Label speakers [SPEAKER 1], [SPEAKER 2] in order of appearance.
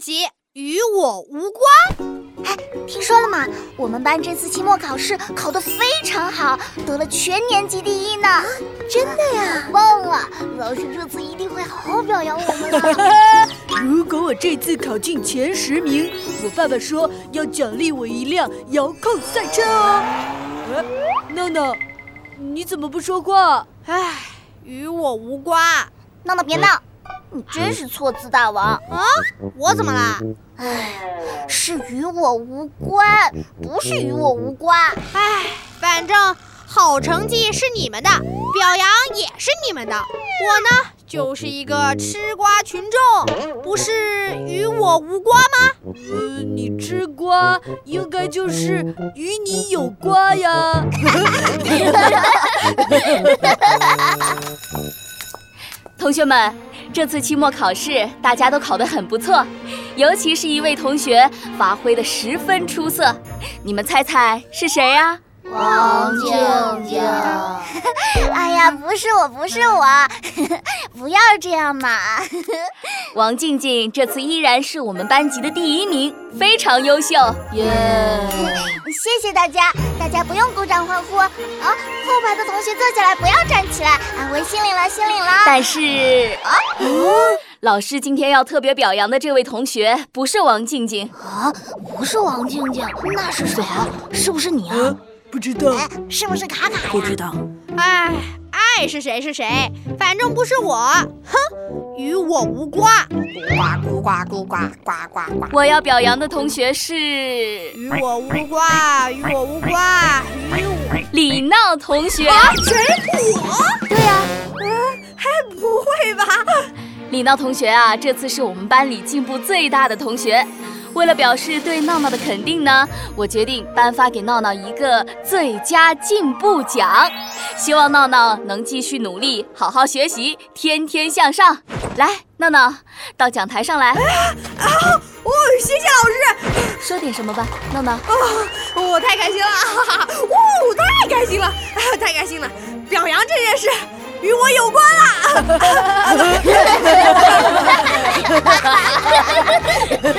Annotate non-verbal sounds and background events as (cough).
[SPEAKER 1] 节与我无关。
[SPEAKER 2] 哎，听说了吗？我们班这次期末考试考得非常好，得了全年级第一呢！
[SPEAKER 1] 啊真的呀？
[SPEAKER 2] 忘了，老师这次一定会好好表扬我们
[SPEAKER 1] (laughs)
[SPEAKER 2] 的。
[SPEAKER 3] 如果我这次考进前十名，我爸爸说要奖励我一辆遥控赛车哦。哎，闹闹，你怎么不说话？
[SPEAKER 1] 唉，与我无关。
[SPEAKER 2] 闹闹别闹，你真是错字大王！
[SPEAKER 1] 啊我怎么啦？
[SPEAKER 2] 哎，是与我无关，不是与我无关。
[SPEAKER 1] 唉，反正好成绩是你们的，表扬也是你们的。我呢，就是一个吃瓜群众，不是与我无关吗？
[SPEAKER 3] 呃，你吃瓜应该就是与你有瓜呀。
[SPEAKER 4] 同学们，这次期末考试大家都考得很不错，尤其是一位同学发挥的十分出色。你们猜猜是谁啊呀、
[SPEAKER 2] 王静静，哎呀，不是我，不是我， (laughs) 不要这样嘛！
[SPEAKER 4] 王静静这次依然是我们班级的第一名，非常优秀。耶、
[SPEAKER 2] 谢谢大家，大家不用鼓掌欢呼啊！后排的同学坐下来，不要站起来啊！我心领了，心领了。
[SPEAKER 4] 但是，老师今天要特别表扬的这位同学不是王静静，
[SPEAKER 2] 啊，不是王静静，那是谁啊？是不是你啊？
[SPEAKER 3] 啊，不知道，
[SPEAKER 2] 哎，是不是卡卡呀？
[SPEAKER 3] 不知道。
[SPEAKER 1] 唉，哎爱是谁是谁，反正不是我。哼，与我无关。咕呱咕呱咕呱呱呱呱。
[SPEAKER 4] 我要表扬的同学是
[SPEAKER 1] 与我无关，与我无关，与我。
[SPEAKER 4] 李闹同学。
[SPEAKER 1] 啊谁我？对呀、嗯，还不会吧？
[SPEAKER 4] 李闹同学啊，这次是我们班里进步最大的同学。为了表示对闹闹的肯定呢，我决定颁发给闹闹一个最佳进步奖，希望闹闹能继续努力，好好学习，天天向上。来，闹闹，到讲台上来，
[SPEAKER 1] 哎哦，谢谢老师，
[SPEAKER 4] 说点什么吧，闹闹。
[SPEAKER 1] 我哦太开心了，哈哈哈！哦，太开心了，啊太开心了！表扬这件事与我有关啊啦。